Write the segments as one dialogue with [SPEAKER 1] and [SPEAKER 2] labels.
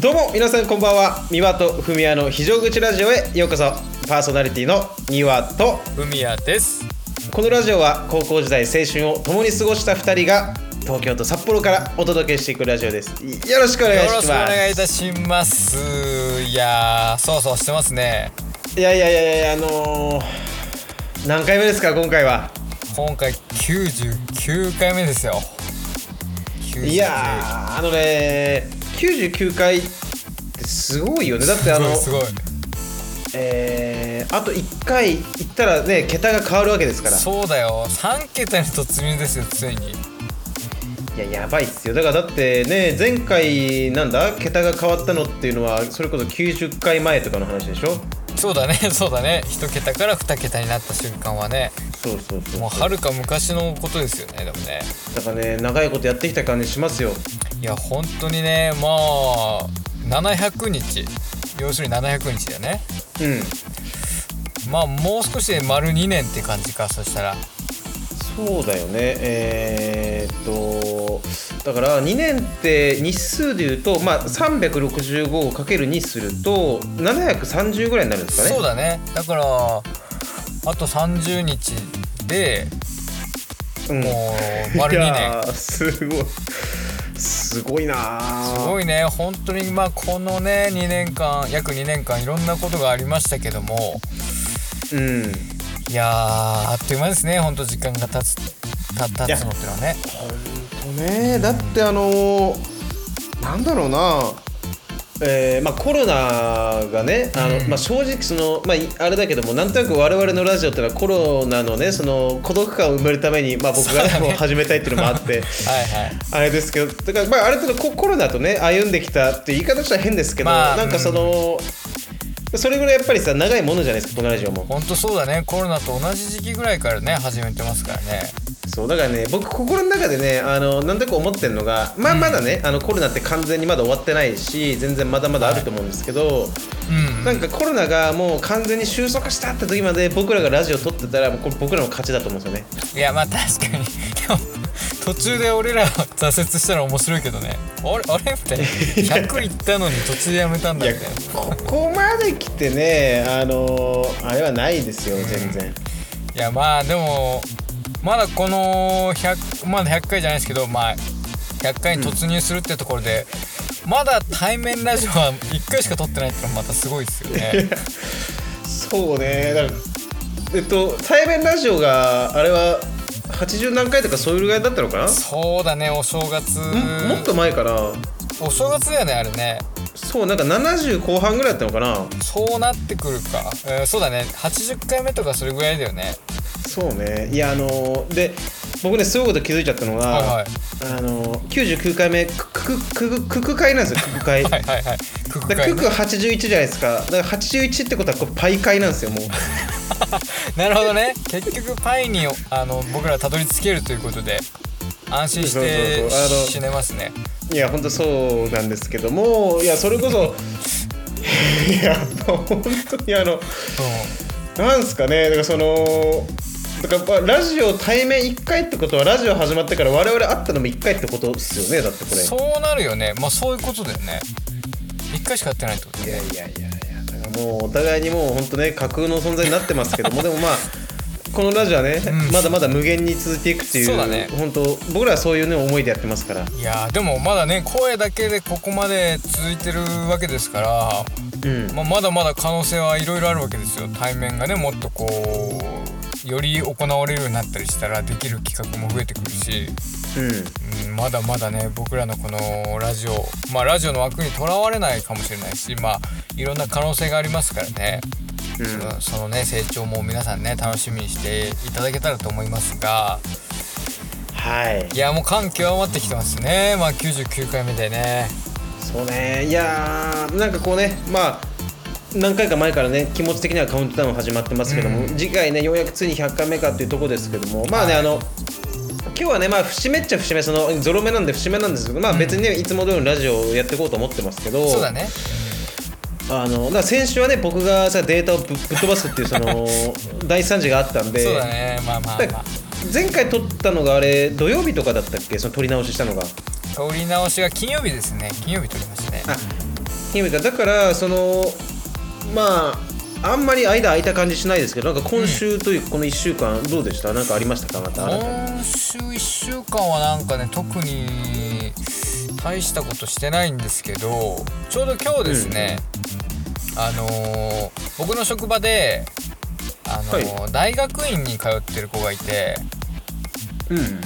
[SPEAKER 1] どうも皆さんこんばんは三輪と文也の非常口ラジオへようこそパーソナリティの三輪と
[SPEAKER 2] ふみやです。
[SPEAKER 1] このラジオは高校時代青春を共に過ごした2人が東京と札幌からお届けしていくラジオですよろしくお願い
[SPEAKER 2] よ
[SPEAKER 1] し
[SPEAKER 2] ろ
[SPEAKER 1] ま
[SPEAKER 2] しく
[SPEAKER 1] す
[SPEAKER 2] お願いいたします。いやー、そうそうしてますね。
[SPEAKER 1] いやいやいやいやあのー、何回目ですか今回は
[SPEAKER 2] 今回99回目ですよ。99
[SPEAKER 1] いやーあのね99回ってすごいよねだってあの
[SPEAKER 2] すごいす
[SPEAKER 1] えー、あと1回いったらね桁が変わるわけですか
[SPEAKER 2] ごい。
[SPEAKER 1] ら
[SPEAKER 2] そうだよ。3桁に突入ですよ、ついに。
[SPEAKER 1] いややばいっすよだからだってね前回なんだ桁が変わったのっていうのはそれこそ90回前とかの話でしょ
[SPEAKER 2] そうだね、 そうだね。1桁から2桁になった瞬間はね、
[SPEAKER 1] そうそうそう
[SPEAKER 2] もうはるか昔のことですよね、でもね。
[SPEAKER 1] だからね長いことやってきた感じしますよ
[SPEAKER 2] いや、本当にね、まあ、700日。要するに700日だよね。
[SPEAKER 1] うん
[SPEAKER 2] まあ、もう少しで丸2年って感じか、そしたら。
[SPEAKER 1] そうだよねえー、っとだから2年って日数でいうと、まあ、365をかける2すると730ぐらいになるんですかね
[SPEAKER 2] そうだねだからあと30日で
[SPEAKER 1] うん、
[SPEAKER 2] もう丸
[SPEAKER 1] い
[SPEAKER 2] 2
[SPEAKER 1] や
[SPEAKER 2] 年
[SPEAKER 1] ーすごいすごいなー
[SPEAKER 2] すごいね本当にまあこのね2年間約2年間いろんなことがありましたけども
[SPEAKER 1] うん
[SPEAKER 2] いやーあっという間ですね本当時間が経つた経つのってのはね
[SPEAKER 1] ほんとねだってあのーなんだろうなえーまあ、コロナがねあの、
[SPEAKER 2] うん
[SPEAKER 1] まあ、正直その、まあい、あれだけどもなんとなく我々のラジオってのはコロナのねその孤独感を埋めるために、まあ、僕が、ね、もう始めたいっていうのもあ って。
[SPEAKER 2] はいはい
[SPEAKER 1] あれですけどだから、まあ、ある程度ココロナとね歩んできたって言い方したら変ですけど、
[SPEAKER 2] まあ
[SPEAKER 1] なんかその、それぐらいやっぱりさ長いものじゃないですかこのラジオも
[SPEAKER 2] 本当そうだねコロナと同じ時期ぐらいからね始めてますからね
[SPEAKER 1] そうだからね僕心の中でねあのなんとなく思ってるのがまあまだね、あのコロナって完全にまだ終わってないし全然まだまだあると思うんですけど、
[SPEAKER 2] うん
[SPEAKER 1] なんかコロナがもう完全に収束したって時まで僕らがラジオ撮ってたらもうこれ僕らの勝ちだと思うんですよね
[SPEAKER 2] いやまあ確かにでも途中で俺ら挫折したら面白いけどねあれあれみたいな100行ったのに途中でやめたんだみたいな
[SPEAKER 1] ここまで来てねあのあれはないですよ全然、
[SPEAKER 2] いやまあでもまだこの100まだ100回じゃないですけどまあ100回に突入するってところで、まだ対面ラジオは1回しか撮ってないってのもまたすごいですよ ね
[SPEAKER 1] そうねだからえっと対面ラジオがあれは80何回とかそういうぐらいだったのか
[SPEAKER 2] そうだねお正月
[SPEAKER 1] なもっと前かな
[SPEAKER 2] お正月だよねあれね
[SPEAKER 1] そうなんか70後半ぐらいだったのかな
[SPEAKER 2] そうなってくるか、えーそうだね80回目とかそれぐらいだよね
[SPEAKER 1] そうねいやあのーで僕ねすごいこと気づいちゃったのが、
[SPEAKER 2] はいはい
[SPEAKER 1] あのー、99回目くくくくくく会なん ですよくく会
[SPEAKER 2] はいはいはい。クック
[SPEAKER 1] だか
[SPEAKER 2] 会
[SPEAKER 1] ら
[SPEAKER 2] ね
[SPEAKER 1] くく81じゃないですかだから81ってことはこれパイ会なんですよも う
[SPEAKER 2] なるほどね。結局パイにあの僕らたどり着けるということで安心し
[SPEAKER 1] そう
[SPEAKER 2] て
[SPEAKER 1] そうそうあの
[SPEAKER 2] 死ねますね。
[SPEAKER 1] いや本当そうなんですけどもいやそれこそ いやもう本当にあのなんすかねだからそのだからまあラジオ対面1回ってことはラジオ始まってから我々会ったのも1回ってことですよねだってこ
[SPEAKER 2] うん
[SPEAKER 1] れ
[SPEAKER 2] そうなるよね。まあそういうことだよね。一回しかやってないってこと
[SPEAKER 1] い
[SPEAKER 2] ね。
[SPEAKER 1] やいやいやいやだからもうお互いにもう本当ね架空の存在になってますけども でもまあこのラジオはね、
[SPEAKER 2] うん
[SPEAKER 1] まだまだ無限に続いていくっていう
[SPEAKER 2] そうだね
[SPEAKER 1] 本当僕らはそういうね思いでやってますから
[SPEAKER 2] いやーでもまだね声だけでここまで続いてるわけですから、
[SPEAKER 1] うん
[SPEAKER 2] まあ、まだまだ可能性はいろいろあるわけですよ対面がねもっとこうより行われるようになったりしたらできる企画も増えてくるし
[SPEAKER 1] う
[SPEAKER 2] うんまだまだね僕らのこのラジオまあラジオの枠にとらわれないかもしれないしまあいろんな可能性がありますからね、
[SPEAKER 1] ん
[SPEAKER 2] そのそのね成長も皆さんね楽しみにしていただけたらと思いますが
[SPEAKER 1] はい
[SPEAKER 2] いやもう感極まってきてますねまあ99回目でね
[SPEAKER 1] そうねいやーなんかこうねまあ何回か前からね気持ち的にはカウントダウン始まってますけども、
[SPEAKER 2] うん
[SPEAKER 1] 次回ねようやくついに100回目かっていうところですけどもまあね、
[SPEAKER 2] はい
[SPEAKER 1] あの今日はねまあ節目っちゃ節目そのゾロ目なんで節目なんですけどまあ別にね、いつも通りのラジオをやっていこうと思ってますけど
[SPEAKER 2] そうだね
[SPEAKER 1] あのだから先週はね僕がさデータをぶぶっ飛ばすっていうそ の大惨事があったんで
[SPEAKER 2] そうだねまあまあ
[SPEAKER 1] だ
[SPEAKER 2] ま
[SPEAKER 1] か
[SPEAKER 2] あ
[SPEAKER 1] ら前回撮ったのがあれ土曜日とかだったっけその撮り直ししたのが
[SPEAKER 2] 撮り直しが金曜日ですね金曜日撮りましたね
[SPEAKER 1] あ姫香だからそのまああんまり間空いた感じしないですけどなんか今週というかこの1週間どうでしたなんかありましたかまた新たに
[SPEAKER 2] 今週1週間はなんかね特に大したことしてないんですけどちょうど今日ですね、あのー僕の職場で、あのー大学院に通ってる子がいて
[SPEAKER 1] うん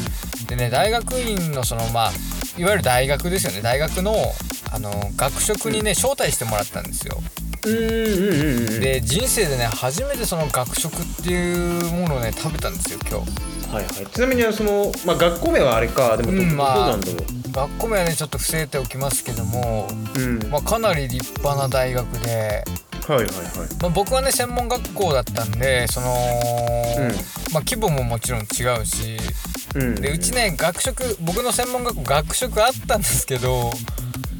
[SPEAKER 2] でね大学院のそのまあいわゆる大学ですよね大学の、あのー学食にね、招待してもらったんですよ。
[SPEAKER 1] うんうんうんうん
[SPEAKER 2] で人生でね初めてその学食っていうものをね食べたんですよ今日。
[SPEAKER 1] はいはい、ちなみにあのその、まあ、学校名はあれかでもど,、
[SPEAKER 2] うんまあ
[SPEAKER 1] どうなんだろ
[SPEAKER 2] 学校名はねちょっと伏せておきますけども、
[SPEAKER 1] う、うん、
[SPEAKER 2] まあ、かなり立派な大学で、
[SPEAKER 1] はいはいはい
[SPEAKER 2] まあ、僕はね専門学校だったんでその、
[SPEAKER 1] うん
[SPEAKER 2] まあ、規模ももちろん違うし
[SPEAKER 1] うん
[SPEAKER 2] でうちね学食僕の専門学校学食あったんですけど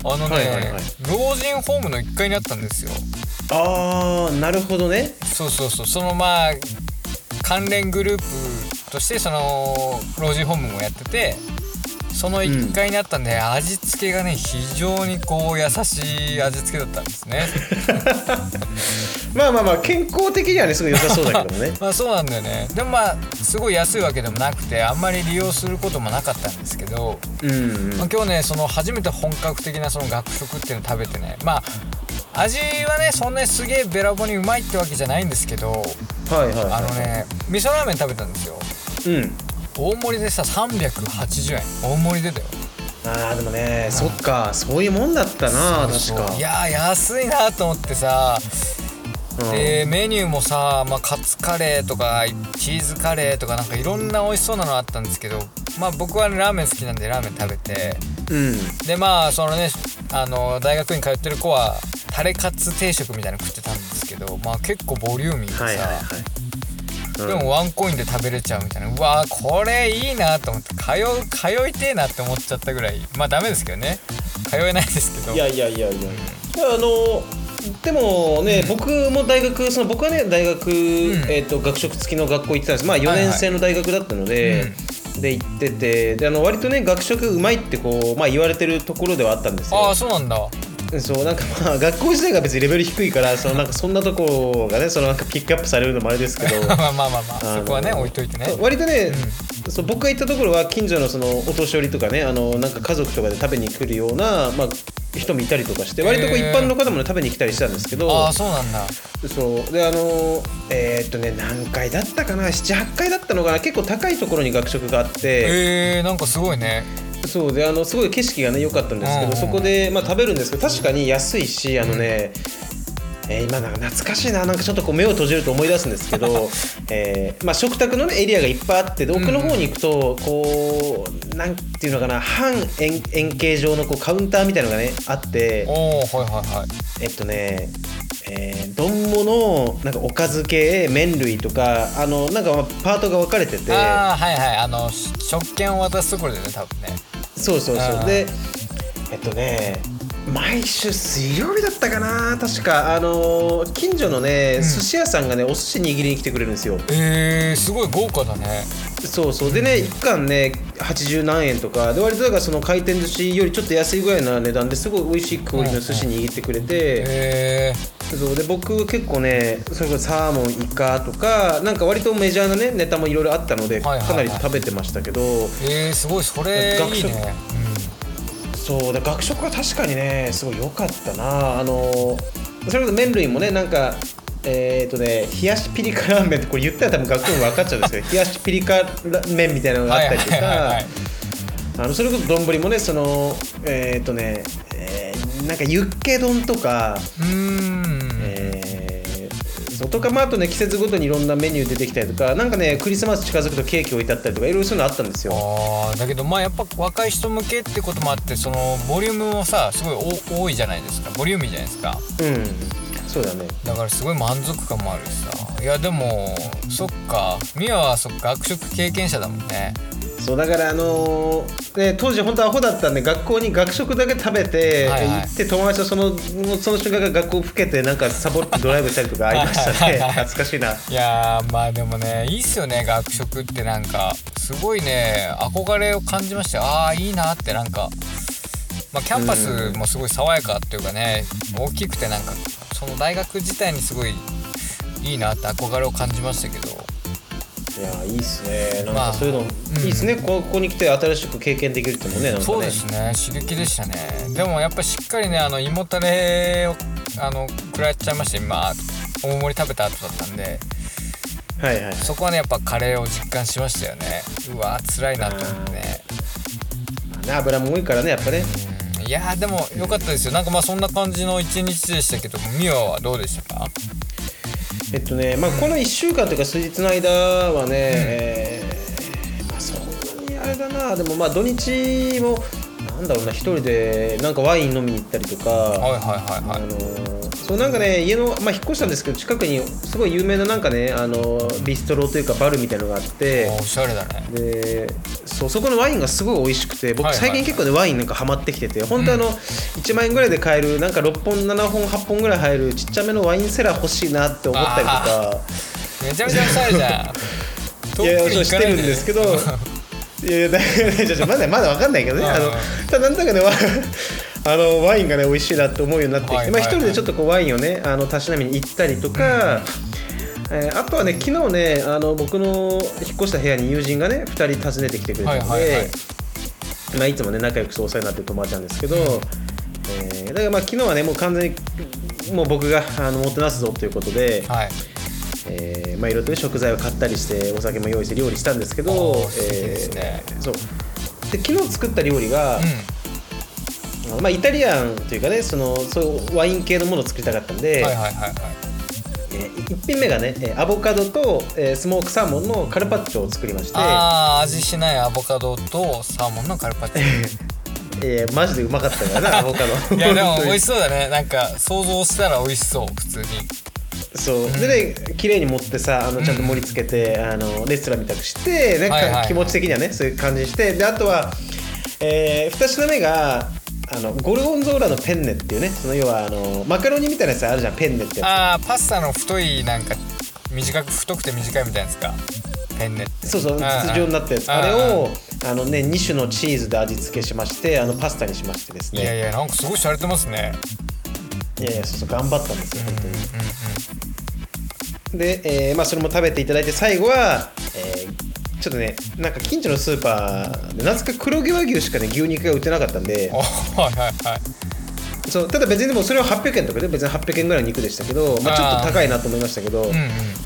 [SPEAKER 2] あのね、
[SPEAKER 1] はいはいはい
[SPEAKER 2] 老人ホームの1階にあったんですよ
[SPEAKER 1] ああなるほどね
[SPEAKER 2] そうそうそうそのまあ関連グループとしてその老人ホームもやっててその1階にあったんで、味付けがね非常にこう優しい味付けだったんですね。
[SPEAKER 1] まあまあまあ健康的にはねすごい良さそうだけど もね
[SPEAKER 2] まあそうなんだよねでもまあすごい安いわけでもなくてあんまり利用することもなかったんですけど、
[SPEAKER 1] うん、
[SPEAKER 2] まあ、今日ねその初めて本格的なその学食っていうのを食べてねまあ味はねそんなにすげえべらぼうにうまいってわけじゃないんですけど
[SPEAKER 1] はいはいはい
[SPEAKER 2] あのね味噌ラーメン食べたんですよ
[SPEAKER 1] うん
[SPEAKER 2] 大盛りでさ380円大盛りでだよ
[SPEAKER 1] ああでもねそっかそういうもんだったな
[SPEAKER 2] そう
[SPEAKER 1] 確か
[SPEAKER 2] いやー安いなと思ってさ
[SPEAKER 1] うん
[SPEAKER 2] でメニューもさ、まあ、カツカレーとかチーズカレーとかなんかいろんな美味しそうなのあったんですけど、まあ、僕はねラーメン好きなんでラーメン食べて
[SPEAKER 1] うん
[SPEAKER 2] でまあそのねあの大学に通ってる子はタレカツ定食みたいなの食ってたんですけど、まあ、結構ボリューミーでさ、
[SPEAKER 1] はいはいはいうん
[SPEAKER 2] でもワンコインで食べれちゃうみたいなうわーこれいいなと思って通う通いてえなって思っちゃったぐらいまあダメですけどね通えないですけど
[SPEAKER 1] いやいやいやいや、あのでもね、僕も大学その僕はね大学、えー、と学食付きの学校行ってたんですまあ4
[SPEAKER 2] はい
[SPEAKER 1] 年生の大学だったので、で行っててであの割とね学食うまいってこう、まあ、言われてるところではあったんです
[SPEAKER 2] あ
[SPEAKER 1] よ
[SPEAKER 2] あそうなんだ
[SPEAKER 1] そうなんかまあ学校自体が別にレベル低いからそのなんかそんなとこがねそのなんかピックアップされるのもあれですけど
[SPEAKER 2] まあまあまあまあ
[SPEAKER 1] あの
[SPEAKER 2] そこはね置いといてね
[SPEAKER 1] 割とね、そう僕が行ったところは近所のそのお年寄りとかねあのなんか家族とかで食べに来るような、まあ、人もいたりとかして割とこう一
[SPEAKER 2] へー
[SPEAKER 1] 般の方も、ね、食べに来たりしたんですけど
[SPEAKER 2] ああそうなんだ
[SPEAKER 1] そうであのえーっとね何階だったかな78階だったのかな結構高いところに学食があって、
[SPEAKER 2] えー、なんかすごいね
[SPEAKER 1] そうであのすごい景色がね良かったんですけど、
[SPEAKER 2] うん
[SPEAKER 1] そこで、まあ、食べるんですけど確かに安いしあのね、えー今なんか懐かしいななんかちょっとこう目を閉じると思い出すんですけ ど、えーまあ、食卓の、ね、エリアがいっぱいあってで奥の方に行くとこうなんていうのかな半円円形状のこうカウンターみたいのがねあって
[SPEAKER 2] おおはいはいはい
[SPEAKER 1] えっとねえー丼物なんかおかず系麺類とかあのなんかまあパートが分かれてて
[SPEAKER 2] ああはいはいあのし食券を渡すところでね多分ね
[SPEAKER 1] そうそう
[SPEAKER 2] あ
[SPEAKER 1] そ
[SPEAKER 2] ー
[SPEAKER 1] うでえっとね毎週水曜日だったかな確かあのー近所のね、
[SPEAKER 2] うん
[SPEAKER 1] 寿司屋さんがねお寿司握りに来てくれるんですよ
[SPEAKER 2] えー、すごい豪華だね
[SPEAKER 1] そうそうでね1貫ね80何円とかで割とだからその回転寿司よりちょっと安いぐらいな値段ですごい美味しいクオリティの寿司握ってくれて、
[SPEAKER 2] え
[SPEAKER 1] そうで僕結構ねそれこそサーモンイカとかなんか割とメジャーなねネタもいろいろあったので、
[SPEAKER 2] はいはいはい
[SPEAKER 1] かなり食べてましたけど
[SPEAKER 2] ー、えー、すごいそれ
[SPEAKER 1] 学
[SPEAKER 2] いい
[SPEAKER 1] 食
[SPEAKER 2] ね
[SPEAKER 1] そうだ学食は確かにねすごい良かったなあのそれこそ麺類もねなんかえっ、とね冷やしピリ辛麺ってこれ言ったら多分学校も分かっちゃうんですけど 冷やしピリ辛麺みたいなの
[SPEAKER 2] うん
[SPEAKER 1] があったりと
[SPEAKER 2] はいはいはいは
[SPEAKER 1] か
[SPEAKER 2] い
[SPEAKER 1] あのそれこそ丼もねそのえっ、とね、えーなんかユッケ丼とか
[SPEAKER 2] うーん
[SPEAKER 1] えーそうとかまああとね季節ごとにいろんなメニュー出てきたりとかなんかねクリスマス近づくとケーキ置いてあったりとかいろいろそういうのあったんですよ
[SPEAKER 2] あーだけどまあやっぱ若い人向けってこともあってそのボリュームもさすごいお多いじゃないですかボリューミーじゃないですか
[SPEAKER 1] うんそうだね
[SPEAKER 2] だからすごい満足感もあるしさいやでもそっかミアはそっか学食経験者だもんね
[SPEAKER 1] そうだからあのーね、当時本当アホだったんで学校に学食だけ食べて、
[SPEAKER 2] はいはい
[SPEAKER 1] 行って友達とそのもうその瞬間が学校老けてなんかサボってドライブしたりとかありました
[SPEAKER 2] はい
[SPEAKER 1] ね
[SPEAKER 2] はいはい
[SPEAKER 1] 懐かしいない
[SPEAKER 2] やーまあでもねいいっすよね学食ってなんかすごいね憧れを感じましたああーいいなってなんかまあ、キャンパスもすごい爽やかっていうかね大きくてなんかその大学自体にすごいいいなって憧れを感じましたけど
[SPEAKER 1] いやいいっすねなん
[SPEAKER 2] ま
[SPEAKER 1] か
[SPEAKER 2] あ
[SPEAKER 1] そういうの、
[SPEAKER 2] ん
[SPEAKER 1] いいっすねこここに来て新しく経験できるってもねなんかね
[SPEAKER 2] そうですね刺激でしたねでもやっぱしっかりねあの胃もたれをあの食らっちゃいまして今大盛り食べた後だったんで
[SPEAKER 1] はいはい
[SPEAKER 2] そこはねやっぱカレーを実感しましたよねうわー辛いなと思ってね
[SPEAKER 1] ね油も多いからねやっぱね
[SPEAKER 2] うんいやーでも良かったですよなんかまあそんな感じの一日でしたけどミワはどうでしたか
[SPEAKER 1] えっとねまあこの1週間というか数日の間はね、えーまあ、そんなにあれだなでもまあ土日もなんだろうな一人でなんかワイン飲みに行ったりとか、
[SPEAKER 2] はいはいはいは
[SPEAKER 1] あ
[SPEAKER 2] い
[SPEAKER 1] のーそうなんかね家の、まあ、引っ越したんですけど近くにすごい有名ななんかね、あのービストロというかバルみたいのがあって
[SPEAKER 2] おおしゃれだね
[SPEAKER 1] でそうそこのワインがすごい美味しくて
[SPEAKER 2] は
[SPEAKER 1] 僕
[SPEAKER 2] いはい
[SPEAKER 1] 最近結構ねワインなんかハマってきてて本当あの、1万円ぐらいで買えるなんか6本7本8本ぐらい入るちっちゃめのワインセラー欲しいなって思ったりとか
[SPEAKER 2] めちゃめちゃおしゃれ じゃん
[SPEAKER 1] いやいやそうしてるんですけど いやいやだちょちょまだまだわかんないけどねあの
[SPEAKER 2] うん
[SPEAKER 1] ただなんとかねわ あのワインがね美味しいなって思うようになってきて、
[SPEAKER 2] はい
[SPEAKER 1] まあ、
[SPEAKER 2] はい
[SPEAKER 1] 一人でちょっとこうワインをねあのたしなみに行ったりとか、えーあとはね昨日ねあの僕の引っ越した部屋に友人がね2人訪ねてきてくれたので、
[SPEAKER 2] はいいはいはい
[SPEAKER 1] まあ、いつもね仲良くそうお世話になってる友達なんですけど、えーだからまあ昨日はねもう完全にもう僕があのもてなすぞということで。
[SPEAKER 2] はい
[SPEAKER 1] えーまあ、いろいろとね食材を買ったりしてお酒も用意して料理したんですけど
[SPEAKER 2] おー素敵ですね
[SPEAKER 1] えーそうで昨日作った料理が、
[SPEAKER 2] う
[SPEAKER 1] あのまあ、イタリアンというかねそのそういうワイン系のものを作りたかったんで、
[SPEAKER 2] んはいはいはいはい
[SPEAKER 1] えー、1品目がねえーアボカドと、えースモークサーモンのカルパッチョを作りまして、
[SPEAKER 2] あー味しないアボカドとサーモンのカルパッチョ
[SPEAKER 1] えーマジでうまかったから なアボカド
[SPEAKER 2] いやでも
[SPEAKER 1] 本当
[SPEAKER 2] 美
[SPEAKER 1] に
[SPEAKER 2] 味しそうだねなんか想像したら美味しそう普通に
[SPEAKER 1] そうでね綺麗に持ってさあのちゃんと盛り付けて、あのレストランみたくしてなんか
[SPEAKER 2] はいはい
[SPEAKER 1] 気持ち的にはねそういう感じにしてであとは、え2品目があのゴルゴンゾーラのペンネっていうねその要はあのマカロニみたいなやつあるじゃんペンネってや
[SPEAKER 2] あーパスタの太いなんか短く太くて短いみたいなやつかペンネって
[SPEAKER 1] つそうそう
[SPEAKER 2] うんうん
[SPEAKER 1] 筒状になったやつ
[SPEAKER 2] うんうん
[SPEAKER 1] あれをあの、ね、2種のチーズで味付けしましてあのパスタにしましてです
[SPEAKER 2] いやい
[SPEAKER 1] ね
[SPEAKER 2] やなんかすごい洒落てますね
[SPEAKER 1] いやいやそうそう頑張ったんですよ本当に。
[SPEAKER 2] うんうん
[SPEAKER 1] で、えーまあ、それも食べていただいて最後は、えーちょっとねなんか近所のスーパーでなぜか黒毛和牛しかね牛肉が売ってなかったんで
[SPEAKER 2] おはいはいはい
[SPEAKER 1] そうただ別にでもそれは800円とかで別に800円ぐらいの肉でしたけど、まあ、ちょっと高いなと思いましたけど、
[SPEAKER 2] んうん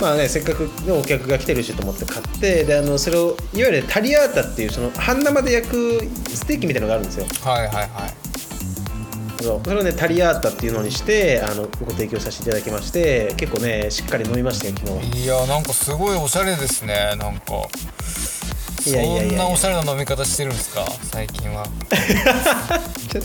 [SPEAKER 1] まあね、せっかくのお客が来てるしと思って買ってであのそれをいわゆるタリアータっていうその半生で焼くステーキみたいなのがあるんですよ
[SPEAKER 2] はいはいはい
[SPEAKER 1] そうそれをねタリアータっていうのにしてあのご提供させていただきまして結構ねしっかり飲みましたよ昨日はい
[SPEAKER 2] やなんかすごいおしゃれですねなんか
[SPEAKER 1] いやいやいやいや
[SPEAKER 2] そんなおしゃれな飲み方してるんですか最近は
[SPEAKER 1] ちょっ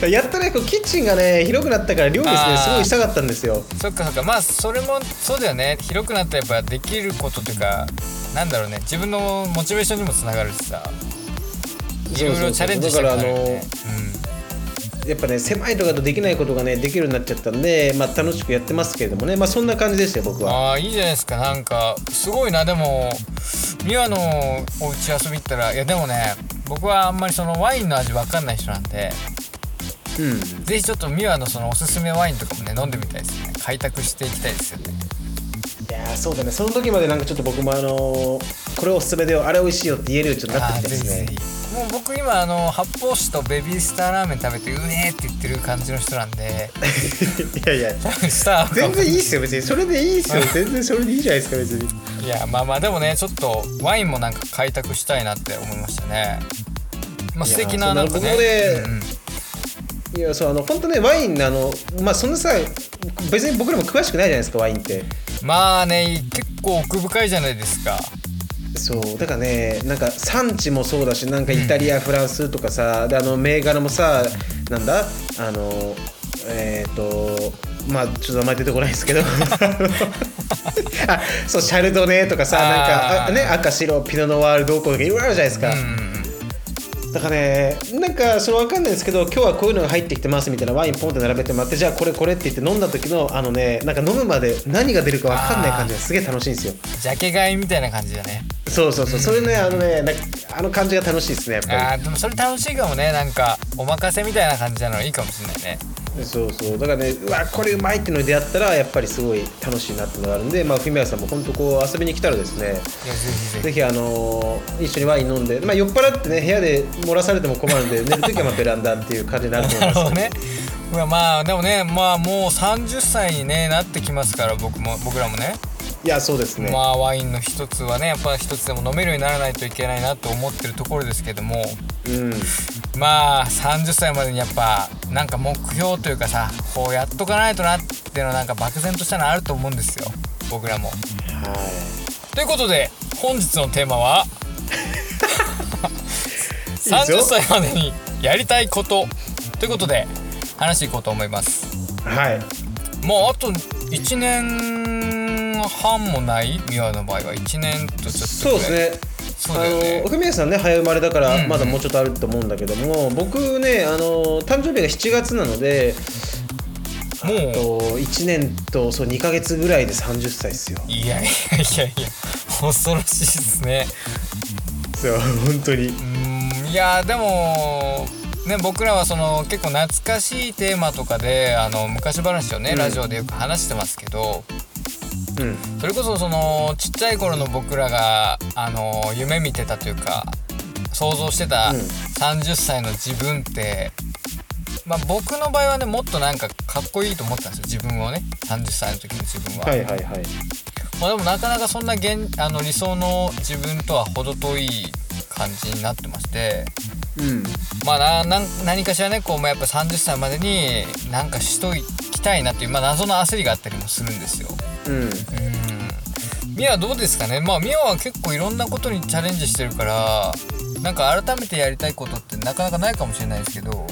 [SPEAKER 1] と やったねこうキッチンがね広くなったから料理ですね
[SPEAKER 2] あー
[SPEAKER 1] すごいしたかったんですよ
[SPEAKER 2] そっかそっかまあそれもそうだよね広くなったらやっぱできることというかなんだろうね自分のモチベーションにもつながるしさ
[SPEAKER 1] そうそう
[SPEAKER 2] いろい
[SPEAKER 1] そ
[SPEAKER 2] ろ
[SPEAKER 1] う
[SPEAKER 2] チャレンジしたくなるよね
[SPEAKER 1] だやっぱね狭いとかとできないことがねできるようになっちゃったんで、まあ、楽しくやってますけれどもねまあそんな感じでしたよ僕
[SPEAKER 2] うん、
[SPEAKER 1] は
[SPEAKER 2] ああいいじゃないですかなんかすごいなでも美和のお家遊び行ったらいやでもね僕はあんまりそのワインの味わかんない人なんで
[SPEAKER 1] うん
[SPEAKER 2] ぜひちょっとミワのそのおすすめワインとかもね飲んでみたいですね開拓していきたいですよね
[SPEAKER 1] いやーそうだねその時までなんかちょっと僕もあのーこれおすすめだよあれ美味しいよって言えるようにちょっとなっ
[SPEAKER 2] あ
[SPEAKER 1] て
[SPEAKER 2] ー
[SPEAKER 1] きて
[SPEAKER 2] ぜ
[SPEAKER 1] で
[SPEAKER 2] ひ
[SPEAKER 1] すね
[SPEAKER 2] ぜひもう僕今あの発泡酒とベビースターラーメン食べてうめえって言ってる感じの人なん で
[SPEAKER 1] い やいや
[SPEAKER 2] スター
[SPEAKER 1] 全然いいっすよ別にそれでいいっすよ全然それでいいじゃないですか別に
[SPEAKER 2] いやまあまあでもねちょっとワインもなんか開拓したいなって思いましたねまあ
[SPEAKER 1] いや
[SPEAKER 2] 素
[SPEAKER 1] ー
[SPEAKER 2] 敵ななんか
[SPEAKER 1] そんな
[SPEAKER 2] ね
[SPEAKER 1] 僕もね
[SPEAKER 2] うんうん
[SPEAKER 1] いやそうあの本当ねワインのあのまあそんなさ別に僕らも詳しくないじゃないですかワインって
[SPEAKER 2] まあね結構奥深いじゃないですか
[SPEAKER 1] そうだからねなんか産地もそうだしなんかイタリア、フランスとかさであの銘柄もさなんだあのえっ、とまあちょっと名前出てこないです けどあのあそうシャルドネとかさなんか
[SPEAKER 2] あー
[SPEAKER 1] あね赤白ピノノワールどうこうとかいろいろあるじゃないですか、
[SPEAKER 2] うんうんうん
[SPEAKER 1] だからねなんかそれわかんないですけど今日はこういうのが入ってきてますみたいなワインポンって並べてもらってじゃあこれこれって言って飲んだ時のあのねなんか飲むまで何が出るかわかんない感じがすげえ楽しいんですよ
[SPEAKER 2] ジャケ買いみたいな感じだね
[SPEAKER 1] そうそうそうそれねあのねなんかあの感じが楽しいですねやっぱり
[SPEAKER 2] あーでもそれ楽しいかもねなんかお任せみたいな感じなのいいかもしれないね
[SPEAKER 1] そうそうだからねうわこれうまいっていうのに出会ったらやっぱりすごい楽しいなっていうのがあるんでまあフィミヤさんも本当こう遊びに来たらですね
[SPEAKER 2] いやぜひぜ
[SPEAKER 1] ぜひあのー一緒にワイン飲んで、まあ、酔っ払ってね部屋で漏らされても困るんで寝る時はまあベランダっていう感じになると
[SPEAKER 2] ひ
[SPEAKER 1] 思い
[SPEAKER 2] な
[SPEAKER 1] ま
[SPEAKER 2] る
[SPEAKER 1] す
[SPEAKER 2] ほどねうわまあでもねまあもう30歳に、ね、なってきますから僕も僕らもね
[SPEAKER 1] いやそうですね、
[SPEAKER 2] まあワインの一つはねやっぱ一つでも飲めるようにならないといけないなと思ってるところですけども
[SPEAKER 1] うん
[SPEAKER 2] まあ30歳までにやっぱなんか目標というかさこうやっとかないとなっていうのはなんか漠然としたのあると思うんですよ僕らも。
[SPEAKER 1] は
[SPEAKER 2] ということで本日のテーマ は
[SPEAKER 1] いい
[SPEAKER 2] 30
[SPEAKER 1] ぞ
[SPEAKER 2] 歳までにやりたいことということで話していこうと思います。
[SPEAKER 1] い、はい、
[SPEAKER 2] もうあと1年半もないミワの場合は1年とちょっと
[SPEAKER 1] そうですね
[SPEAKER 2] そうだよね
[SPEAKER 1] あのフミヤさんね早生まれだから、
[SPEAKER 2] うんうん
[SPEAKER 1] まだもうちょっとあると思うんだけども僕ねあの誕生日が7月なので
[SPEAKER 2] もう
[SPEAKER 1] と1年とそう2か月ぐらいで30歳ですよ
[SPEAKER 2] いやいやいやいや恐ろしいですね
[SPEAKER 1] そう本当に
[SPEAKER 2] うーんいやでもね僕らはその結構懐かしいテーマとかであの昔話をね、
[SPEAKER 1] うん
[SPEAKER 2] ラジオでよく話してますけど
[SPEAKER 1] うん
[SPEAKER 2] それこそそのちっちゃい頃の僕らがあの夢見てたというか想像してた
[SPEAKER 1] うん
[SPEAKER 2] 30歳の自分って、まあ、僕の場合はねもっとなんかかっこいいと思ってたんですよ自分をね30歳の時の自分は。
[SPEAKER 1] はいはいはい
[SPEAKER 2] まあ、でもなかなかそんな現あの理想の自分とは程遠い感じになってまして、
[SPEAKER 1] うん
[SPEAKER 2] まあ、ななん何かしらねこう、まあ、やっぱ30歳までになんかしときたいなっていう、まあ、謎の焦りがあったりもするんですよ。
[SPEAKER 1] うん
[SPEAKER 2] うんミアはどうですかねまあミアは結構いろんなことにチャレンジしてるからなんか改めてやりたいことってなかなかないかもしれないですけど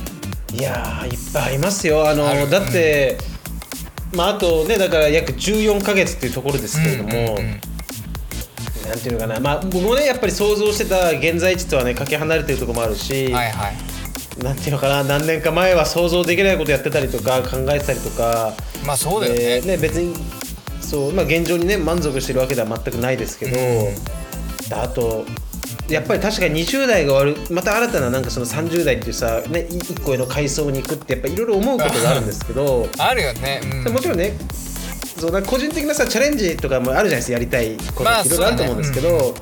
[SPEAKER 1] いやーいっぱいありますよあの
[SPEAKER 2] ある
[SPEAKER 1] だって、まああとねだから約14か月っていうところですけれども、
[SPEAKER 2] うんうんうん
[SPEAKER 1] なんていうのかなまあ僕もねやっぱり想像してた現在地とはねかけ離れてるところもあるし、
[SPEAKER 2] はいはい
[SPEAKER 1] なんていうのかな何年か前は想像できないことやってたりとか考えてたりとか
[SPEAKER 2] まあそうだよね
[SPEAKER 1] でね別にそう、まあ、現状にね満足してるわけでは全くないですけど、であとやっぱり確かに20代が終わるまた新たななんかその30代っていうさ、ね、い一個への階層に行くってやっぱいろいろ思うことがあるんですけど
[SPEAKER 2] あるよね、うん、
[SPEAKER 1] でもちろんねそうなんか個人的なさチャレンジとかもあるじゃないですかやりたいこと
[SPEAKER 2] まあ
[SPEAKER 1] いろいろあると思うんですけど、
[SPEAKER 2] そう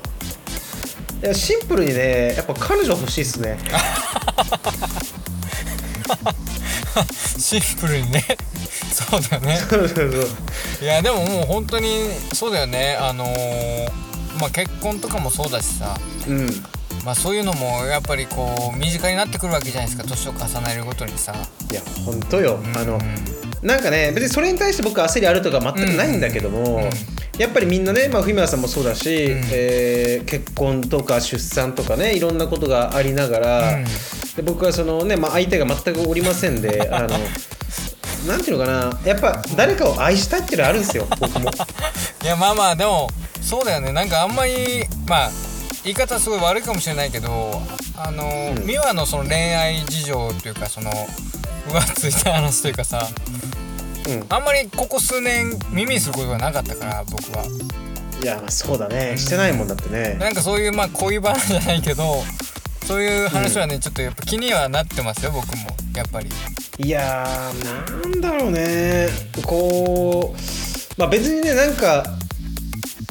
[SPEAKER 1] いやシンプルにねやっぱ彼女欲しいです ね。
[SPEAKER 2] シンプルにね そうだよね
[SPEAKER 1] そうそうそう
[SPEAKER 2] いやでももう本当にそうだよねあのーまあ結婚とかもそうだしさ
[SPEAKER 1] うん、
[SPEAKER 2] まあそういうのもやっぱりこう身近になってくるわけじゃないですか年を重ねるごとにさ
[SPEAKER 1] いや本当よ、あ
[SPEAKER 2] う
[SPEAKER 1] の
[SPEAKER 2] ん
[SPEAKER 1] なんかね別にそれに対して僕焦りあるとか全くないんだけども、
[SPEAKER 2] んうん
[SPEAKER 1] やっぱりみんなね、まあ、文村さんもそうだし、
[SPEAKER 2] ん
[SPEAKER 1] えー結婚とか出産とかねいろんなことがありながら、
[SPEAKER 2] うん
[SPEAKER 1] で僕はそのね、まあ、相手が全くおりません であのなんていうのかなやっぱ誰かを愛したいっていうのはあるんですよ僕 も。
[SPEAKER 2] いやまあまあでもそうだよねなんかあんまりまあ言い方すごい悪いかもしれないけどあの、
[SPEAKER 1] うん
[SPEAKER 2] 美和のその恋愛事情というかその浮ついた話というかさ
[SPEAKER 1] うん、
[SPEAKER 2] あんまりここ数年耳にすることがなかったから僕はい
[SPEAKER 1] やまあそうだねしてないもんだってね。
[SPEAKER 2] なんかそういうまあ恋バナじゃないけどそういう話はね、ちょっとやっぱ気にはなってますよ僕もやっぱり
[SPEAKER 1] いやーなんだろうねこうまあ別にねなんか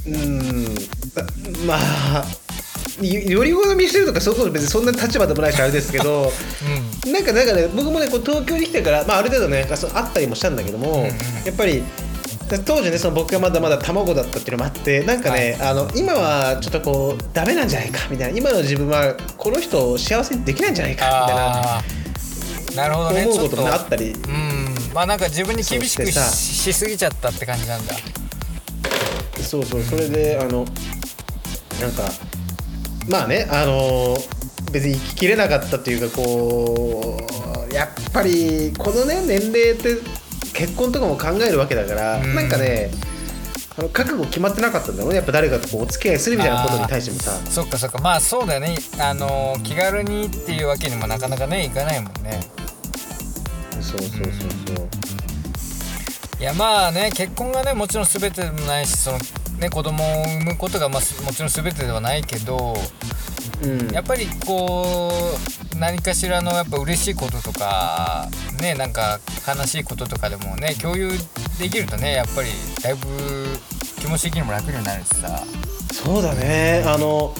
[SPEAKER 1] うーんまあよより好みしてるとかそういうこと別にそんな立場でもないしあれですけ ど
[SPEAKER 2] う
[SPEAKER 1] なんかなんかね僕もねこう東京に来てから、まあ、ある程度ねそうあったりもしたんだけども、
[SPEAKER 2] んうん
[SPEAKER 1] やっぱり当時ねその僕がまだまだ卵だったっていうのもあってなんかね、あの今はちょっとこうダメなんじゃないかみたいな今の自分はこの人を幸せにできないんじゃないかみたいな。
[SPEAKER 2] ああなるほどねち
[SPEAKER 1] 思
[SPEAKER 2] ょ
[SPEAKER 1] う
[SPEAKER 2] っ
[SPEAKER 1] ことともあったり
[SPEAKER 2] うんまあなんか自分に厳しく
[SPEAKER 1] そうして
[SPEAKER 2] し
[SPEAKER 1] さ
[SPEAKER 2] しすぎちゃったって感じなんだ
[SPEAKER 1] そうそうそれであのなんかまあねあの別に生ききれなかったというかこうやっぱりこのね年齢って結婚とかも考えるわけだから、
[SPEAKER 2] うん
[SPEAKER 1] なんかねあの覚悟決まってなかったんだろうねやっぱ誰かとこうお付き合いするみたいなことに対してもさ
[SPEAKER 2] そっかそっかまあそうだよねあのー気軽にっていうわけにもなかなかねいかないもんね
[SPEAKER 1] そうそうそうそう
[SPEAKER 2] いやまあね結婚がねもちろん全てでもないしそのね子供を産むことが、まあ、すもちろん全てではないけど
[SPEAKER 1] うん
[SPEAKER 2] やっぱりこう何かしらのやっぱ嬉しいこととかねなんか悲しいこととかでもね共有できるとねやっぱりだいぶ気持ち的にも楽になるしさ
[SPEAKER 1] そうだねあの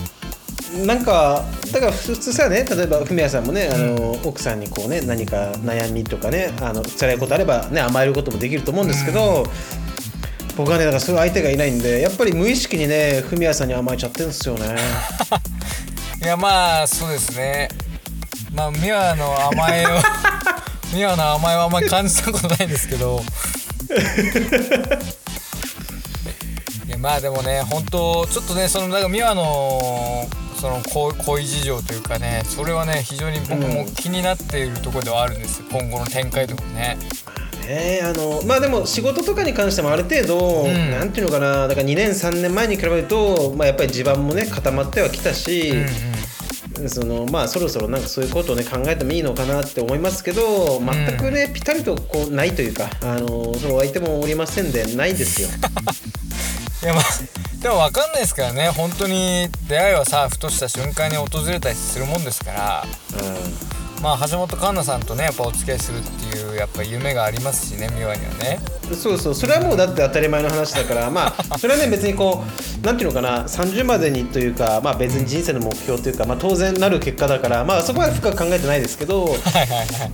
[SPEAKER 1] なんかだから普通さね例えばフミヤさんもねあの、奥さんにこうね何か悩みとかねあの辛いことあればね甘えることもできると思うんですけど、僕はねだからそういう相手がいないんでやっぱり無意識にねフミヤさんに甘えちゃってるんですよね
[SPEAKER 2] いやまあそうですねまあミワの甘 えをミワの甘えはあんまり感じたことないんですけどいやまあでもね本当ちょっとねそのなんかミワのその恋恋事情というかねそれはね非常に僕も気になっているところではあるんですよ、今後の展開とかもね
[SPEAKER 1] ねあのまあでも仕事とかに関してもある程度、
[SPEAKER 2] うん
[SPEAKER 1] なんていうのかなだから2年3年前に比べると、まあ、やっぱり地盤もね固まってはきたし、
[SPEAKER 2] うんうん
[SPEAKER 1] そのまあそろそろなんかそういうことをね考えてもいいのかなって思いますけど全くね、ピタリとこうないというかあのそのお相手もおりませんでないですよ
[SPEAKER 2] いやまあでも分かんないですからね本当に出会いはさふとした瞬間に訪れたりするもんですからまあ、橋本環奈さんとねやっぱお付き合いするっていうやっぱ夢がありますしね美和にはね
[SPEAKER 1] うんそうそうそれはもうだって当たり前の話だからまあそれはね別にこうなんていうのかな30までにというかまあ別に人生の目標というか、まあ、当然なる結果だからまあそこは深く考えてないですけど。
[SPEAKER 2] はいはいはい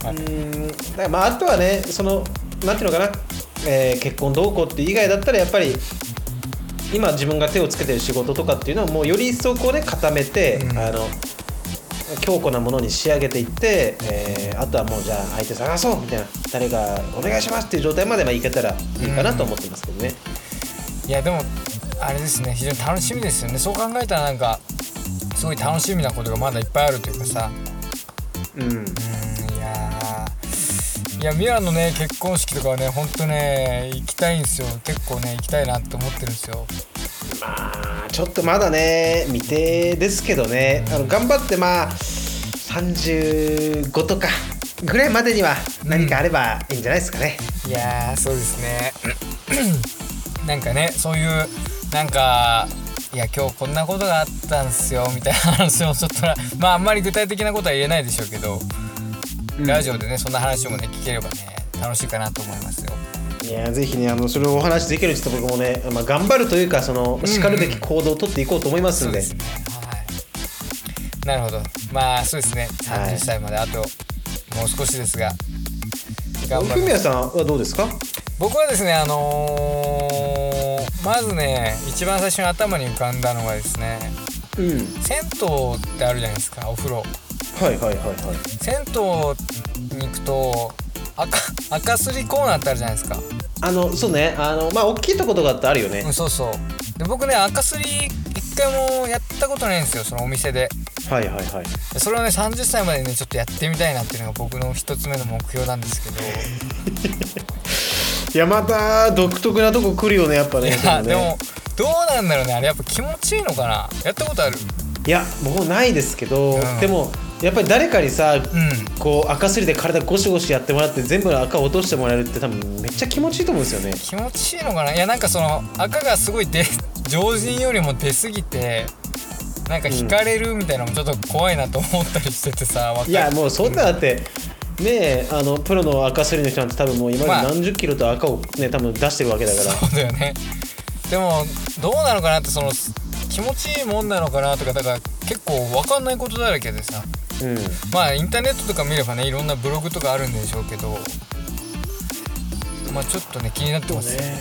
[SPEAKER 2] は
[SPEAKER 1] う
[SPEAKER 2] い
[SPEAKER 1] ーんだからまああとはねそのなんていうのかな、えー結婚どうこうっていう以外だったらやっぱり今自分が手をつけてる仕事とかっていうのはもうより一層こうね固めて、
[SPEAKER 2] うん
[SPEAKER 1] あの強固なものに仕上げていって、えーあとはもうじゃあ相手探そうみたいな誰がお願いしますっていう状態までまあいけたらいいかなと思ってますけどね。
[SPEAKER 2] いやでもあれですね非常に楽しみですよねそう考えたらなんかすごい楽しみなことがまだいっぱいあるというかさ
[SPEAKER 1] うん
[SPEAKER 2] うんいやーいや美和のね結婚式とかはねほんとね行きたいんですよ結構ね行きたいなって思ってるんですよ
[SPEAKER 1] まあちょっとまだね未定ですけどねあの頑張ってまあ35とかぐらいまでには何かあればいいんじゃないですかね、
[SPEAKER 2] いやーそうですね なんかねそういうなんかいや今日こんなことがあったんすよみたいな話もちょっとな まああんまり具体的なことは言えないでしょうけど、ラジオでねそんな話もね聞ければね楽しいかなと思いますよ
[SPEAKER 1] いやぜひねあのそれをお話しできるちょっと僕もね、まあ、頑張るというかそのしかるべき行動をとっていこうと思います
[SPEAKER 2] そ
[SPEAKER 1] ん
[SPEAKER 2] う
[SPEAKER 1] で,、
[SPEAKER 2] ですねはいなるほどまあそうですね
[SPEAKER 1] はい
[SPEAKER 2] 30歳まであともう少しですが頑張
[SPEAKER 1] ふ
[SPEAKER 2] る
[SPEAKER 1] みやさんはどうですか
[SPEAKER 2] 僕はですねあのーまずね一番最初に頭に浮かんだのがですね
[SPEAKER 1] うん
[SPEAKER 2] 銭湯ってあるじゃないですかお風呂
[SPEAKER 1] はいはいはいはい
[SPEAKER 2] 銭湯に行くと赤赤すりコーナーってあるじゃないですか、
[SPEAKER 1] あのそうねあのまあ大きいとことかってあるよね
[SPEAKER 2] う、ん、そうそうで僕ね赤すり一回もやったことないんですよそのお店で
[SPEAKER 1] はいはいはい
[SPEAKER 2] でそれをね30歳までねちょっとやってみたいなっていうのが僕の一つ目の目標なんですけど
[SPEAKER 1] いやまた独特なとこ来るよねやっぱね
[SPEAKER 2] い
[SPEAKER 1] その
[SPEAKER 2] や
[SPEAKER 1] ね
[SPEAKER 2] でもどうなんだろうねあれやっぱ気持ちいいのかなやったことある
[SPEAKER 1] いや僕もないですけど、
[SPEAKER 2] うん
[SPEAKER 1] でもやっぱり誰かにさ、
[SPEAKER 2] うん
[SPEAKER 1] こう赤すりで体ゴシゴシやってもらって全部の赤を落としてもらえるって多分めっちゃ気持ちいいと思うんですよね
[SPEAKER 2] 気持ちいいのかないやなんかその赤がすごい出常人よりも出すぎてなんか引かれるみたいなのもちょっと怖いなと思ったりしててさ、若
[SPEAKER 1] いやもうそんなだってねえあのプロの赤すりの人なんて多分もう今まで何十キロと赤をね多分出してるわけだから、
[SPEAKER 2] そうだよねでもどうなのかなってその気持ちいいもんなのかなとかだから結構分かんないことだらけでさ
[SPEAKER 1] うん
[SPEAKER 2] まあインターネットとか見ればねいろんなブログとかあるんでしょうけどまあちょっとね気になってますね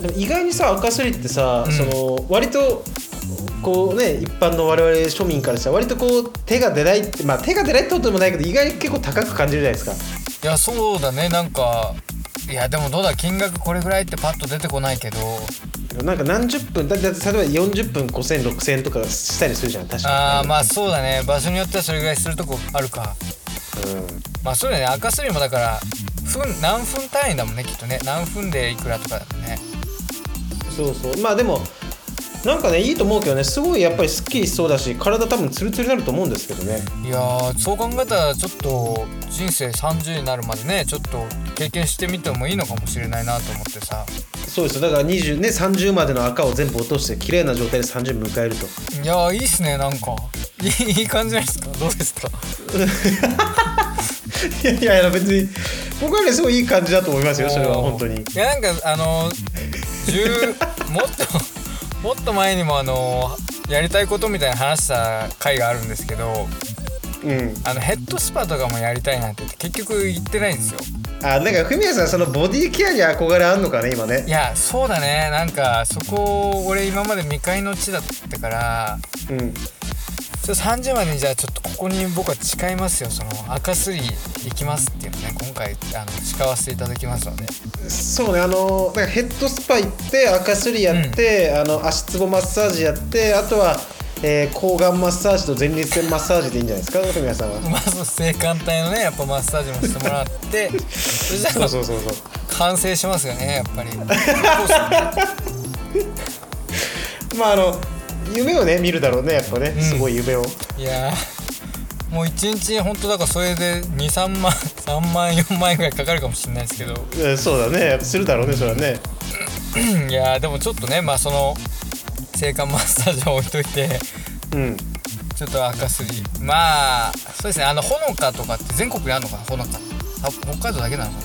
[SPEAKER 1] でも意外にさ赤すりってさ、
[SPEAKER 2] うん
[SPEAKER 1] その割とこうね一般の我々庶民からしたら割とこう手が出ないってまあ手が出ないってことでもないけど意外に結構高く感じるじゃないですか
[SPEAKER 2] いやそうだねなんかいやでもどうだ金額これぐらいってパッと出てこないけど
[SPEAKER 1] なんか何十分だってだって例えば40分50006000とかしたりするじゃん確
[SPEAKER 2] あ
[SPEAKER 1] か
[SPEAKER 2] あまあそうだね場所によってはそれぐらいするとこあるか
[SPEAKER 1] に、うん、
[SPEAKER 2] まあそうだよね赤すりもだから分何分単位だもんねきっとね何分でいくらとかだもんね
[SPEAKER 1] そうそうまあでもなんかねいいと思うけどねすごいやっぱりすっきりしそうだし体多分ツルツルになると思うんですけどね
[SPEAKER 2] いやーそう考えたらちょっと人生30になるまでねちょっと経験してみてもいいのかもしれないなと思ってさ
[SPEAKER 1] そうですよだから20ね30までの赤を全部落として綺麗な状態で30迎えると
[SPEAKER 2] いやーいいっすねなんかいいいい感じじゃないですかどうですか
[SPEAKER 1] いやいやいや別に僕はねすごいいい感じだと思いますよそれは本当に
[SPEAKER 2] いやなんかあのー10もっともっと前にもあのーやりたいことみたいな話した回があるんですけど
[SPEAKER 1] うん
[SPEAKER 2] あのヘッドスパとかもやりたいなんて言って結局言ってないんですよ
[SPEAKER 1] あなんかフミヤさんそのボディケアに憧れあんのかね今
[SPEAKER 2] い
[SPEAKER 1] ね
[SPEAKER 2] やそうだねなんかそこ俺今まで未開の地だったから
[SPEAKER 1] うん
[SPEAKER 2] ちょっと30までにじゃあちょっとここに僕は誓いますよその赤スリー行きますっていうのね今回あの誓わせていただきますので
[SPEAKER 1] そうねあのなんかヘッドスパ行って赤すりやって、あの足つぼマッサージやってあとは、えー抗がんマッサージと前立腺マッサージでいいんじゃないですかフミヤさんは
[SPEAKER 2] まず青函体のねやっぱマッサージもしてもらってそした
[SPEAKER 1] そう
[SPEAKER 2] ら
[SPEAKER 1] そうそうそう
[SPEAKER 2] 完成しますよねやっぱり
[SPEAKER 1] まああの夢をね見るだろうねやっぱね、すごい夢を
[SPEAKER 2] いやーもう一日本当だからそれで23万3万4万円ぐらいかかるかもしれないですけど
[SPEAKER 1] うんそうだねするだろうねそれはね
[SPEAKER 2] いやーでもちょっとねまあその青函マッサージを置いといて
[SPEAKER 1] うん
[SPEAKER 2] ちょっと赤すりまあそうですねあのほのかとかって全国にあるのかなほのかあ北海道だけなのか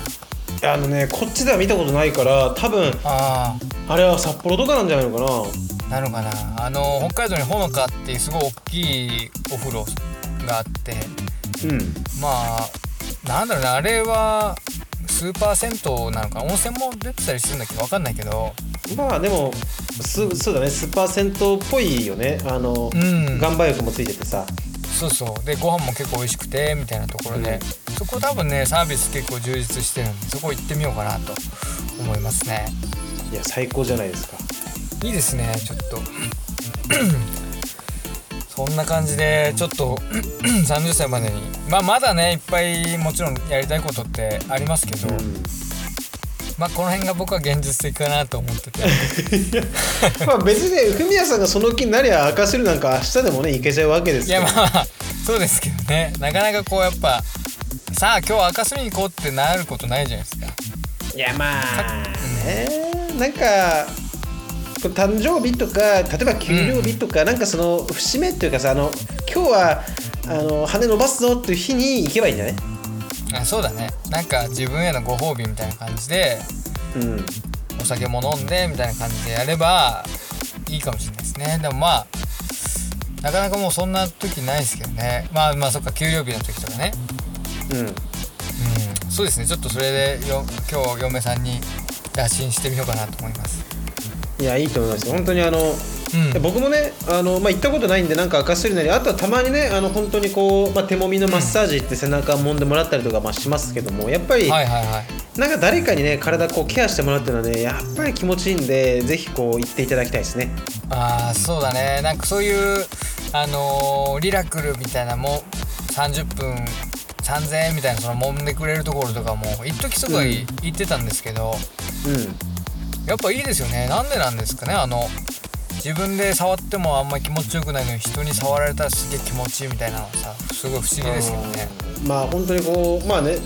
[SPEAKER 2] な
[SPEAKER 1] あのねこっちでは見たことないから多分
[SPEAKER 2] あ
[SPEAKER 1] あれは札幌とかなんじゃないのかな
[SPEAKER 2] あなのかなあの北海道にほのかっていうすごい大きいお風呂があって
[SPEAKER 1] うん
[SPEAKER 2] まあなんだろうなあれはスーパー銭湯なのかな温泉も出てたりするんだけどわかんないけど
[SPEAKER 1] まあでもすそうだねスーパー銭湯っぽいよねあの、
[SPEAKER 2] うん
[SPEAKER 1] 岩盤浴もついててさ
[SPEAKER 2] そうそうでご飯も結構美味しくてみたいなところで、そこ多分ねサービス結構充実してるんでそこ行ってみようかなと思いますね
[SPEAKER 1] いや最高じゃないですか
[SPEAKER 2] いいですねちょっと そんな感じでちょっと 30歳までにまあまだねいっぱいもちろんやりたいことってありますけど、まあこの辺が僕は現実的かなと思ってて
[SPEAKER 1] まあ別にねフミヤさんがその気になりゃ赤するなんか明日でもねいけちゃうわけです
[SPEAKER 2] い
[SPEAKER 1] よ
[SPEAKER 2] やまあそうですけどねなかなかこうやっぱさあ今日赤すりに行こうってなることないじゃないですか
[SPEAKER 1] いやまあねなんかこう誕生日とか例えば給料日とか、なんかその節目っていうかさあの今日はあの羽伸ばすぞっていう日に行けばいいんじゃない、
[SPEAKER 2] あそうだねなんか自分へのご褒美みたいな感じで
[SPEAKER 1] うん
[SPEAKER 2] お酒も飲んでみたいな感じでやればいいかもしれないですねでもまあなかなかもうそんな時ないですけどねまあまあそっか給料日の時とかね
[SPEAKER 1] うん
[SPEAKER 2] うんそうですねちょっとそれでよ今日嫁さんに打診してみようかなと思います
[SPEAKER 1] いやいいと思いますよ本当にあの、
[SPEAKER 2] うん
[SPEAKER 1] 僕もねあの、まあ、行ったことないんでなんか赤すりなりあとはたまにねあの本当にこう、まあ、手もみのマッサージ行って背中揉んでもらったりとか、まあ、しますけどもやっぱり、
[SPEAKER 2] はいはいはい
[SPEAKER 1] なんか誰かにね体こうケアしてもらうっていうのはねやっぱり気持ちいいんでぜひこう行っていただきたいですね
[SPEAKER 2] あーそうだねなんかそういうあのーリラクルみたいなもう30分3000円みたいなその揉んでくれるところとかも一時すごい行ってたんですけど、
[SPEAKER 1] う
[SPEAKER 2] やっぱいいですよねなんでなんですかねあの自分で触ってもあんま気持ちよくないのに人に触られたらすげえ気持ちいいみたいなのはさすごい不思議
[SPEAKER 1] ん
[SPEAKER 2] ですよね
[SPEAKER 1] あのまあ本当にこうまあね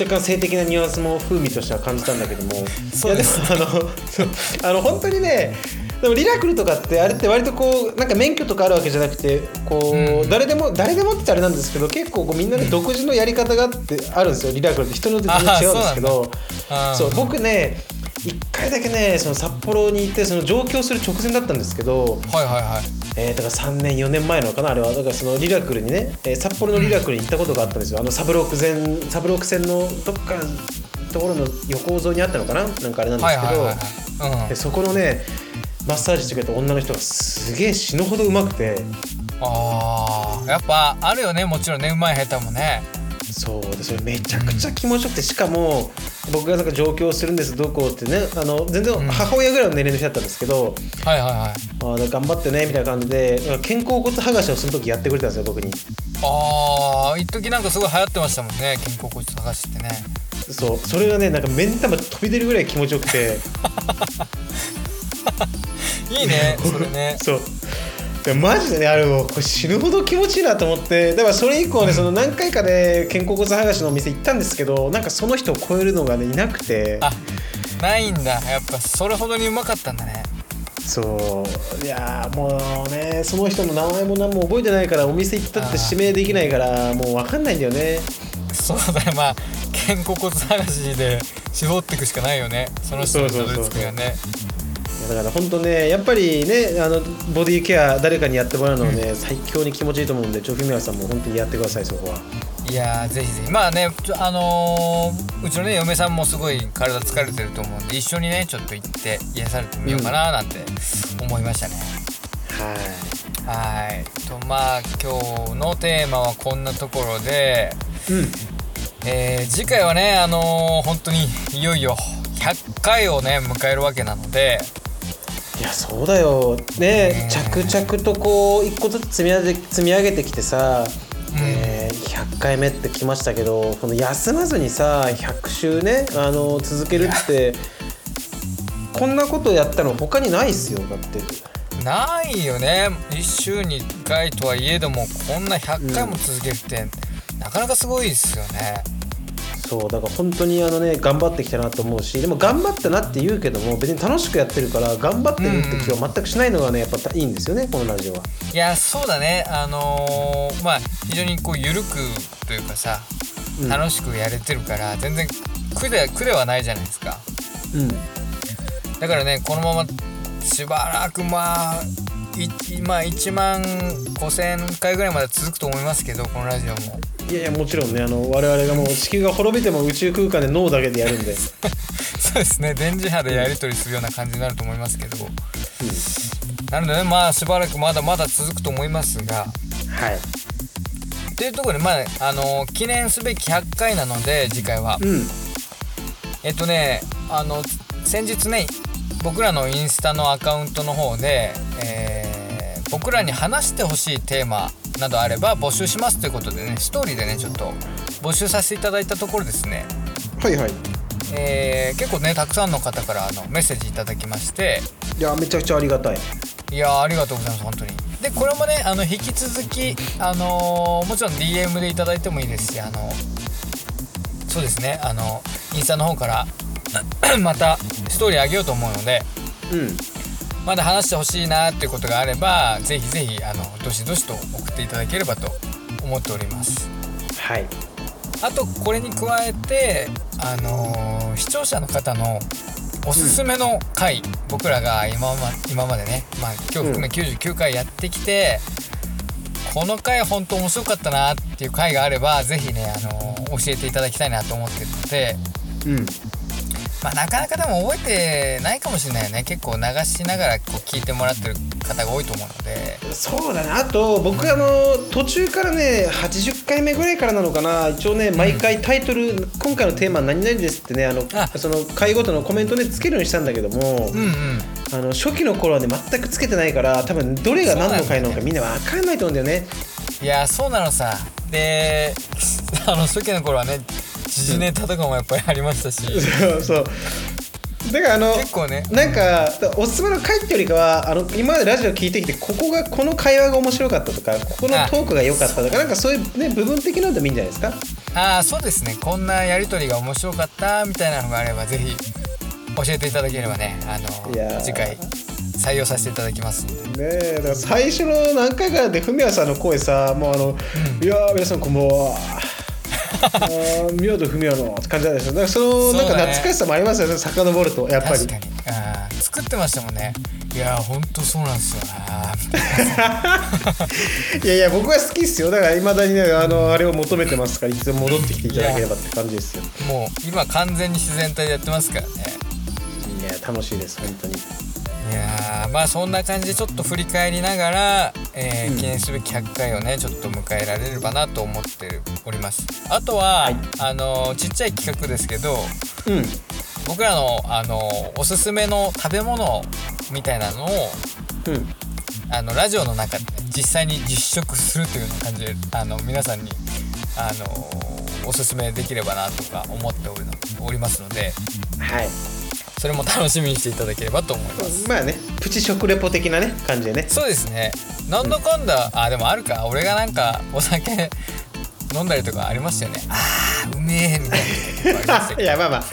[SPEAKER 1] 若干性的なニュアンスも風味としては感じたんだけども
[SPEAKER 2] そうです
[SPEAKER 1] いやでもあのそうあの本当にねでもリラクルとかってあれって割とこうなんか免許とかあるわけじゃなくてこう、
[SPEAKER 2] うん
[SPEAKER 1] 誰でも誰でもって言ったらあれなんですけど結構こうみんなね独自のやり方があってあるんですよリラクルって人によって全然違うんですけど
[SPEAKER 2] あー
[SPEAKER 1] そう
[SPEAKER 2] そうなんだ
[SPEAKER 1] 僕ね一回だけねその札幌に行ってその上京する直前だったんですけど、
[SPEAKER 2] はいはいはい
[SPEAKER 1] えー、だから3年4年前のかなあれはだからそのリラクルにね、えー札幌のリラクルに行ったことがあったんですよあのサブローク線サブローク線のどっかところの横沿いにあったのかななんかあれなんです
[SPEAKER 2] はい
[SPEAKER 1] け
[SPEAKER 2] はい
[SPEAKER 1] ど、
[SPEAKER 2] はいはい
[SPEAKER 1] でそこのねマッサージしてくれた女の人がすげえ死ぬほどうまくて
[SPEAKER 2] うんあーやっぱあるよねもちろんねうまい下手もね
[SPEAKER 1] そうでそれめちゃくちゃ気持ちよくてしかも僕がなんか上京するんですどうこうってねあの全然
[SPEAKER 2] ん
[SPEAKER 1] 母親ぐらいの年齢の人だったんですけど、
[SPEAKER 2] はいはいはい
[SPEAKER 1] あー頑張ってねみたいな感じで肩甲骨剥がしをその時やってくれたんですよ僕に。
[SPEAKER 2] あー一時なんかすごい流行ってましたもんね肩甲骨探しってね
[SPEAKER 1] そうそれがねなんか目ん玉飛び出るぐらい気持ちよくて
[SPEAKER 2] いいねそれね
[SPEAKER 1] そうでマジでねあれもうこれ死ぬほど気持ちいいなと思ってだからそれ以降ねその何回かね肩甲骨剥がしのお店行ったんですけどなんかその人を超えるのがねいなくて
[SPEAKER 2] あないんだやっぱそれほどにうまかったんだね
[SPEAKER 1] そういやーもうねその人の名前も何も覚えてないからお店行ったって指名できないからもう分かんないんだよね
[SPEAKER 2] そうだねまあ肩甲骨探しで絞っていくしかないよねその人のたどり着くよね
[SPEAKER 1] だから本当ねやっぱりねあのボディケア誰かにやってもらうのはね、最強に気持ちいいと思うんでちょフミヤさんも本当にやってくださいそこはい
[SPEAKER 2] やーぜひぜひまあねちょあのーうちのね嫁さんもすごい体疲れてると思うんで一緒にねちょっと行って癒されてみようかななんて思いましたね、
[SPEAKER 1] は
[SPEAKER 2] はいとまあ今日のテーマはこんなところで、
[SPEAKER 1] い、うん、
[SPEAKER 2] えー次回はねあのー本当にいよいよ100回をね迎えるわけなので
[SPEAKER 1] いやそうだよね
[SPEAKER 2] ね
[SPEAKER 1] 着々とこう一個ずつ積み上げ積み上げてきてさ、ね100回目って来ましたけどこの休まずにさ100週ねあの続けるってこんなことやったの他にないっすよだって
[SPEAKER 2] ないよね1週に1回とはいえどもこんな100回も続けるって、なかなかすごいですよね
[SPEAKER 1] そうだから本当にあのね頑張ってきたなと思うしでも頑張ったなって言うけども別に楽しくやってるから頑張ってるって気は全くしないのがねやっぱいいんですよねこのラジオは。
[SPEAKER 2] いやそうだねあのーまあ非常にこう緩くというかさ
[SPEAKER 1] うん
[SPEAKER 2] 楽しくやれてるから全然苦で苦ではないじゃないですか
[SPEAKER 1] うん
[SPEAKER 2] だからねこのまましばらくまあいまあ1万5,000回ぐらいまで続くと思いますけどこのラジオも
[SPEAKER 1] いやいやもちろんねあの我々がもう地球が滅びても宇宙空間で脳だけでやるんで、
[SPEAKER 2] そうですね電磁波でやり取りするような感じになると思いますけど、なのでねまあしばらくまだまだ続くと思いますが
[SPEAKER 1] はい
[SPEAKER 2] というところでまああの記念すべき100回なので次回は
[SPEAKER 1] うん
[SPEAKER 2] えっとねあの先日ね僕らのインスタのアカウントの方で、えー僕らに話してほしいテーマなどあれば募集しますということでねストーリーでねちょっと募集させていただいたところですね、
[SPEAKER 1] はいはい
[SPEAKER 2] えー結構ねたくさんの方からあのメッセージいただきまして
[SPEAKER 1] いやめちゃくちゃありがたい
[SPEAKER 2] いやーありがとうございます本当にでこれもねあの引き続きあのーもちろん DM でいただいてもいいですしあのそうですねあのインスタの方から またストーリーあげようと思うので
[SPEAKER 1] うん
[SPEAKER 2] まだ話してほしいなっていうことがあればぜひぜひあのどしどしと送っていただければと思っております
[SPEAKER 1] はい
[SPEAKER 2] あとこれに加えて、あのー視聴者の方のおすすめの回、僕らが今ま今までね、まあ、今日含め99回やってきて、この回本当面白かったなっていう回があればぜひね、あのー教えていただきたいなと思ってるので、
[SPEAKER 1] うん
[SPEAKER 2] まあ、なかなかでも覚えてないかもしれないよね結構流しながらこう聞いてもらってる方が多いと思うので。
[SPEAKER 1] そうだねあと僕あの途中からね80回目ぐらいからなのかな一応ね毎回タイトル、今回のテーマ何々ですってねあの
[SPEAKER 2] あ
[SPEAKER 1] その回ごとのコメントねつけるようにしたんだけども、
[SPEAKER 2] うんうん
[SPEAKER 1] あの初期の頃はね全くつけてないから多分どれが何の回なの
[SPEAKER 2] そうなんだ
[SPEAKER 1] か
[SPEAKER 2] よね
[SPEAKER 1] みんな分かんないと思うんだよね
[SPEAKER 2] いやそうなのさで あの初期の頃はね時事ネタとかもやっぱりありましたし
[SPEAKER 1] そうそうだからあの
[SPEAKER 2] 結構ね
[SPEAKER 1] なんかおすすめの回ってよりかはあの今までラジオ聞いてきてここがこの会話が面白かったとかここのトークが良かったとかなんかそういう、ね、部分的なのでもいいんじゃないですか
[SPEAKER 2] ああそうですねこんなやり取りが面白かったみたいなのがあればぜひ教えていただければねあ
[SPEAKER 1] いやー
[SPEAKER 2] の次回採用させていただきますんで
[SPEAKER 1] ねえだから最初の何回かでフミヤさんの声さもうあの、いやー皆さんこんばんはあー宮戸文也のって感じなんですよだからその
[SPEAKER 2] そうだ
[SPEAKER 1] なん
[SPEAKER 2] ね
[SPEAKER 1] か懐かしさもありますよね遡るとやっぱり
[SPEAKER 2] 確かにあー作ってましたもんねいやーほんとそうなんですよなーみたいない
[SPEAKER 1] やいや僕は好きっすよだからいまだにねあのあれを求めてますからいつでも戻ってきていただければって感じですよ
[SPEAKER 2] もう今完全に自然体でやってますからね
[SPEAKER 1] いや楽しいです本当に
[SPEAKER 2] いやーまあそんな感じでちょっと振り返りながら、えー記念すべき100回をねちょっと迎えられればなと思っておりますあとは、あのーちっちゃい企画ですけど
[SPEAKER 1] うん
[SPEAKER 2] 僕らの、あのーおすすめの食べ物みたいなのを
[SPEAKER 1] うん
[SPEAKER 2] あのラジオの中で実際に実食するというような感じであの皆さんに、あのーおすすめできればなとか思っておるのおりますので
[SPEAKER 1] はい
[SPEAKER 2] それも楽しみにしていただければと思います
[SPEAKER 1] まあねプチ食レポ的なね感じでね
[SPEAKER 2] そうですねなんだかんだ、あでもあるか俺がなんかお酒飲んだりとかありましたよねあーうめえみたいな時とかありましたけ ど
[SPEAKER 1] いやまあまあ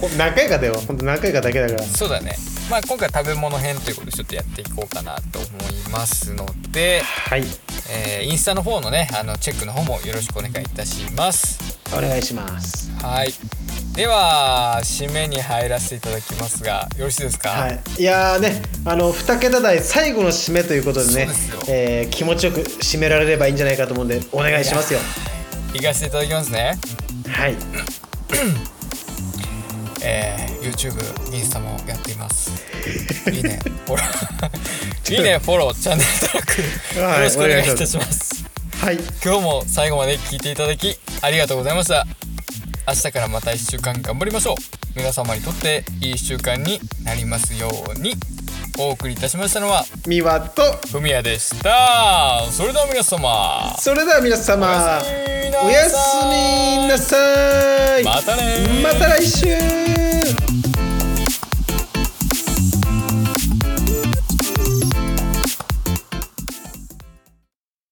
[SPEAKER 1] ほ何回かだよ本当何回かだけだから
[SPEAKER 2] そうだねまあ今回食べ物編ということでちょっとやっていこうかなと思いますので、
[SPEAKER 1] はい
[SPEAKER 2] えーインスタの方のねあのチェックの方もよろしくお願いいたします
[SPEAKER 1] お願いします
[SPEAKER 2] はいでは締めに入らせていただきますがよろしいですか
[SPEAKER 1] はい、いやーねあの2桁台最後の締めということでね
[SPEAKER 2] そうですよ
[SPEAKER 1] えー気持ちよく締められればいいんじゃないかと思うんでお願いしますよ
[SPEAKER 2] 行かせていただきますね
[SPEAKER 1] はい
[SPEAKER 2] えー YouTube インスタもやっていますいいねフォローいいねフォローチャンネル登録
[SPEAKER 1] はい
[SPEAKER 2] よろしくお願いいたします
[SPEAKER 1] はい
[SPEAKER 2] 今日も最後まで聞いていただきありがとうございました明日からまた1週間頑張りましょう皆様にとっていい1週間になりますようにお送りいたしましたのは
[SPEAKER 1] 美和と
[SPEAKER 2] ふみやでしたそれでは皆様
[SPEAKER 1] それでは皆様
[SPEAKER 2] おやすみなさ
[SPEAKER 1] おやすみなさい
[SPEAKER 2] いまたねー
[SPEAKER 1] また来週